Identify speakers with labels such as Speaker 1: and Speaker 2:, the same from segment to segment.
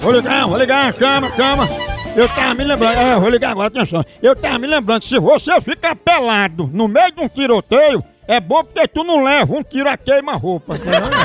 Speaker 1: Vou ligar, vou ligar, chama, chama. Eu tava me lembrando, é, vou ligar agora, atenção. Eu tava me lembrando, se você ficar pelado no meio de um tiroteio, é bom porque tu não leva um tiro a queima-roupa. entendeu?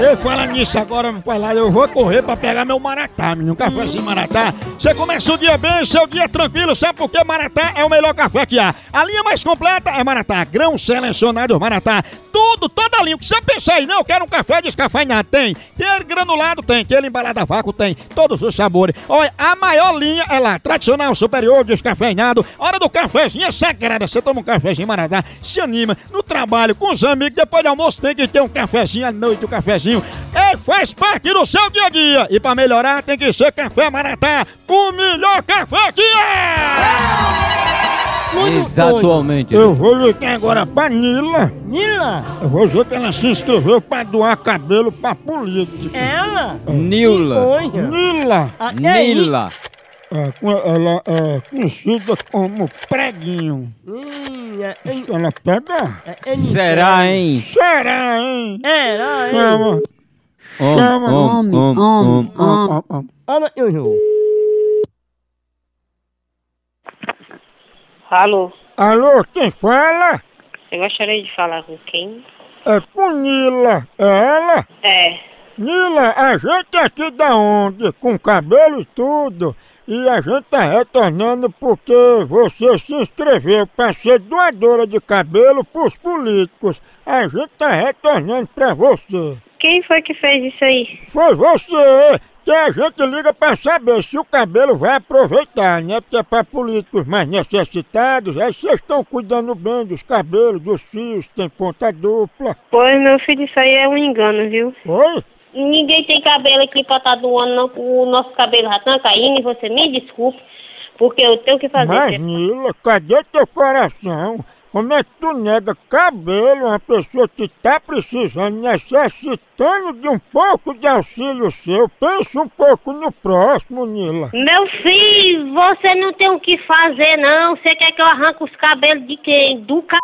Speaker 1: Eu falo nisso agora, não faz lá, eu vou correr pra pegar meu maratá, menino. Café sem maratá. Você começa o dia bem, seu dia tranquilo, sabe por que maratá é o melhor café que há? A linha mais completa é maratá, grão selecionado maratá. Tudo, toda a linha. O que você pensar aí, não, eu quero um café descafeinado, tem. Tem ele granulado, tem. Tem ele embalado a vácuo, tem. Todos os sabores. Olha, a maior linha é lá, tradicional, superior, descafeinado. Hora do cafezinho é sagrada. Você toma um cafezinho maratá, se anima no trabalho, com os amigos, depois do almoço tem que ter um cafezinho à noite, um cafezinho. É, faz parte do seu dia a dia. E pra melhorar tem que ser café maratá, o melhor café que é!
Speaker 2: Exatamente.
Speaker 1: Eu vou ligar agora pra Nila.
Speaker 3: Nila,
Speaker 1: Eu vou dizer que ela se inscreveu pra doar cabelo pra política.
Speaker 3: ela.
Speaker 2: Nila.
Speaker 3: Olha.
Speaker 1: Nila,
Speaker 3: Ah, que é isso?
Speaker 2: Nila.
Speaker 1: é, com- ela é conhecida como preguinho.
Speaker 3: Hum, é- é-
Speaker 1: Ela pega.
Speaker 3: é- é-
Speaker 2: Será, hein?
Speaker 1: Será, hein?
Speaker 3: É, não, é.
Speaker 1: Chama. Ah,
Speaker 2: Om, om, om, om.
Speaker 1: Ó, ó, ó.
Speaker 3: Olha, eu jogo.
Speaker 4: Alô,
Speaker 1: Alô, quem fala?
Speaker 4: eu gostaria de falar com quem?
Speaker 1: É com Nila. É ela?
Speaker 4: É,
Speaker 1: Nila, a gente aqui da ONG, com cabelo e tudo, e a gente tá retornando porque você se inscreveu pra ser doadora de cabelo pros políticos. A gente tá retornando pra você.
Speaker 4: quem foi que fez isso aí?
Speaker 1: Foi você que a gente liga pra saber se o cabelo vai aproveitar, né? Porque é pra políticos mais necessitados, aí vocês estão cuidando bem dos cabelos, dos fios, tem ponta dupla.
Speaker 4: Pois, meu filho, isso aí é um engano, viu?
Speaker 1: Oi?
Speaker 4: Ninguém tem cabelo aqui pra estar doando, não. O nosso cabelo já tá caindo e você me desculpe, porque eu tenho que fazer.
Speaker 1: Mas, Nila, cadê teu coração? Como é que tu nega cabelo a uma pessoa que tá precisando, necessitando de um pouco de auxílio seu? Pensa um pouco no próximo, Nila.
Speaker 4: Meu filho, você não tem o que fazer, não. Você quer que eu arranque os cabelos de quem? Do c...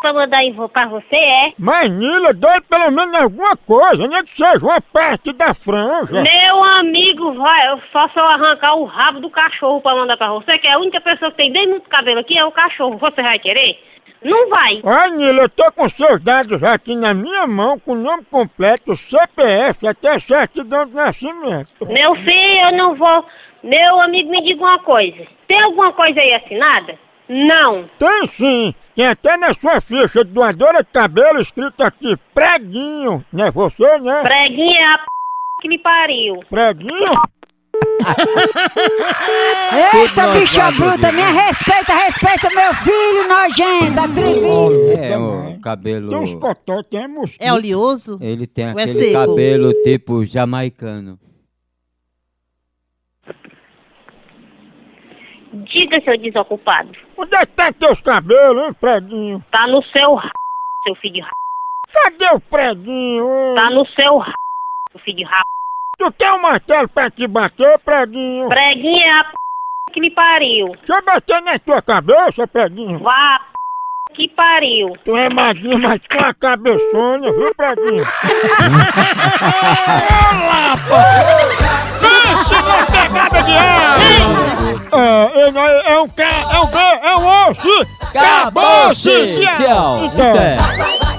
Speaker 4: pra mandar em vo- pra você, é?
Speaker 1: Mas, Nila, dói pelo menos alguma coisa, nem que seja uma parte da franja.
Speaker 4: Meu amigo, vai, eu só se eu arrancar o rabo do cachorro pra mandar pra você, que é a única pessoa que tem bem muito cabelo aqui é o cachorro. Você vai querer? Não vai.
Speaker 1: Ó, Nila, eu tô com seus dados aqui na minha mão, com o nome completo, CPF, até certidão de nascimento.
Speaker 4: Meu filho, eu não vou. Meu amigo, me diga uma coisa. Tem alguma coisa aí assinada? Não.
Speaker 1: Tem sim! Tem até na sua ficha de doadora de cabelo escrito aqui, preguinho. Não é você, né?
Speaker 4: Preguinha é a p... que me pariu.
Speaker 1: Preguinho?
Speaker 5: Eita, bicha bruta, me respeita, respeita meu filho nojenta, atrevido.
Speaker 2: É, o cabelo.
Speaker 1: Tem uns cotó, tem mosquito.
Speaker 6: É oleoso?
Speaker 2: Ele tem
Speaker 6: Ou é
Speaker 2: aquele
Speaker 6: seco?
Speaker 2: cabelo tipo jamaicano.
Speaker 4: Diga, seu desocupado.
Speaker 1: Onde é que tá teus cabelos, hein, preguinho?
Speaker 4: Tá no seu r... seu filho de r...
Speaker 1: Cadê o preguinho, hein?
Speaker 4: Tá no seu r... seu filho de r...
Speaker 1: Tu tem um martelo pra te bater, preguinho?
Speaker 4: Preguinha é a p... que me pariu.
Speaker 1: Deixa eu bater na tua cabeça, preguinho.
Speaker 4: Vá a p... que pariu.
Speaker 1: Tu é magrinho, mas tu é uma cabeçona, viu, preguinho? Pense na pegada de ar! É, é, não, é, é um K, é um B, é um osso!
Speaker 2: Acabou-se!
Speaker 1: Acabou-se,
Speaker 2: Tchau!
Speaker 1: Então.
Speaker 2: Até.